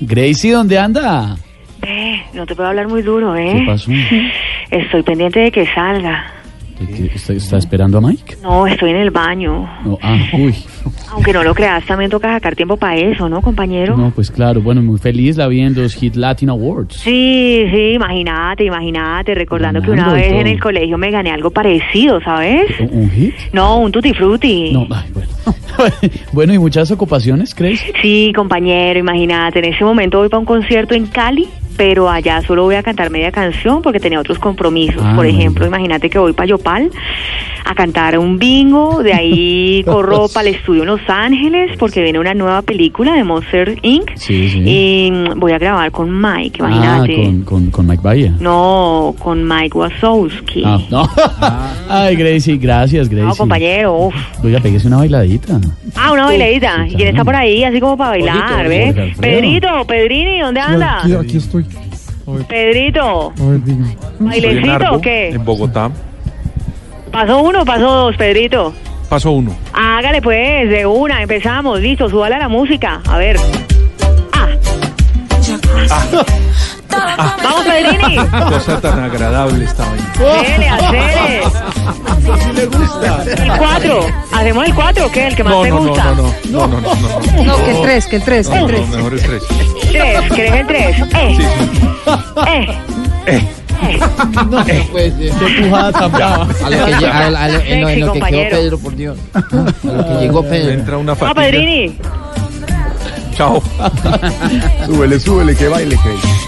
Gracie, ¿dónde anda? Ve, no te puedo hablar muy duro, ¿Qué ¿eh? pasó? Estoy pendiente de que salga. ¿De qué? ¿Está, está esperando a Mike? No, estoy en el baño. No, ah, uy. Aunque no lo creas, también toca sacar tiempo para eso, ¿no, compañero? No, pues claro, bueno, muy feliz la vi en los Hit Latin Awards. Sí, sí, imagínate, imagínate, recordando que una Ganando y vez en todo. el colegio me gané algo parecido, ¿sabes? ¿Un- ¿Un hit? No, un tutti frutti. No, ay, bueno. bueno, ¿y muchas ocupaciones, Gracie? Sí, compañero, imagínate, en ese momento voy para un concierto en Cali, pero allá solo voy a cantar media canción porque tenía otros compromisos. Ah, Por bueno. ejemplo, imagínate que voy para Yopal a cantar un bingo, de ahí corro para el estudio en Los Ángeles porque viene una nueva película de Monster Inc. Sí, sí. Y mm, voy a grabar con Mike, Ah, imagínate. con, con, con Mike Bahía. No, con Mike Wazowski. Ah, no. Ay, Gracie, gracias, Gracie. Ah. No, compañero, uf. Oiga, peguese una bailadita. Ah, una bailadita. Sí, ¿Quién claro. está por ahí? Así como para bailar, Jorge, ¿ves? Jorge Alfredo. Pedrito, Pedrini, ¿dónde anda? Aquí, aquí estoy. A ver, Pedrito, a ver, dígame. Estoy en ¿bailecito Arbo, o qué? En Bogotá. ¿Pasó uno o pasó dos, Pedrito? Paso uno. Hágale pues, de una, empezamos, listo, súbale a la música, a ver. Ah, Ah. vamos Pedrini, Cosa tan agradable esta vaina. dele, hacele. El cuatro, ¿hacemos el cuatro o qué? ¿El que más No, te no, no, gusta? no, no, no, no, no, no, No, que el 3, que el 3, que el no, no, 3. mejor el tres. Tres, ¿querés el tres? Eh, Sí, eh. Qué pujada tan brava. A lo que, lle- a- a- a- en lo, en lo que quedó compañero. Pedro, por Dios. Ah, A lo que llegó Me Pedro. entra una No, fatiga. Pedrini. Chao. Súbele, súbele, que baile, Crazy.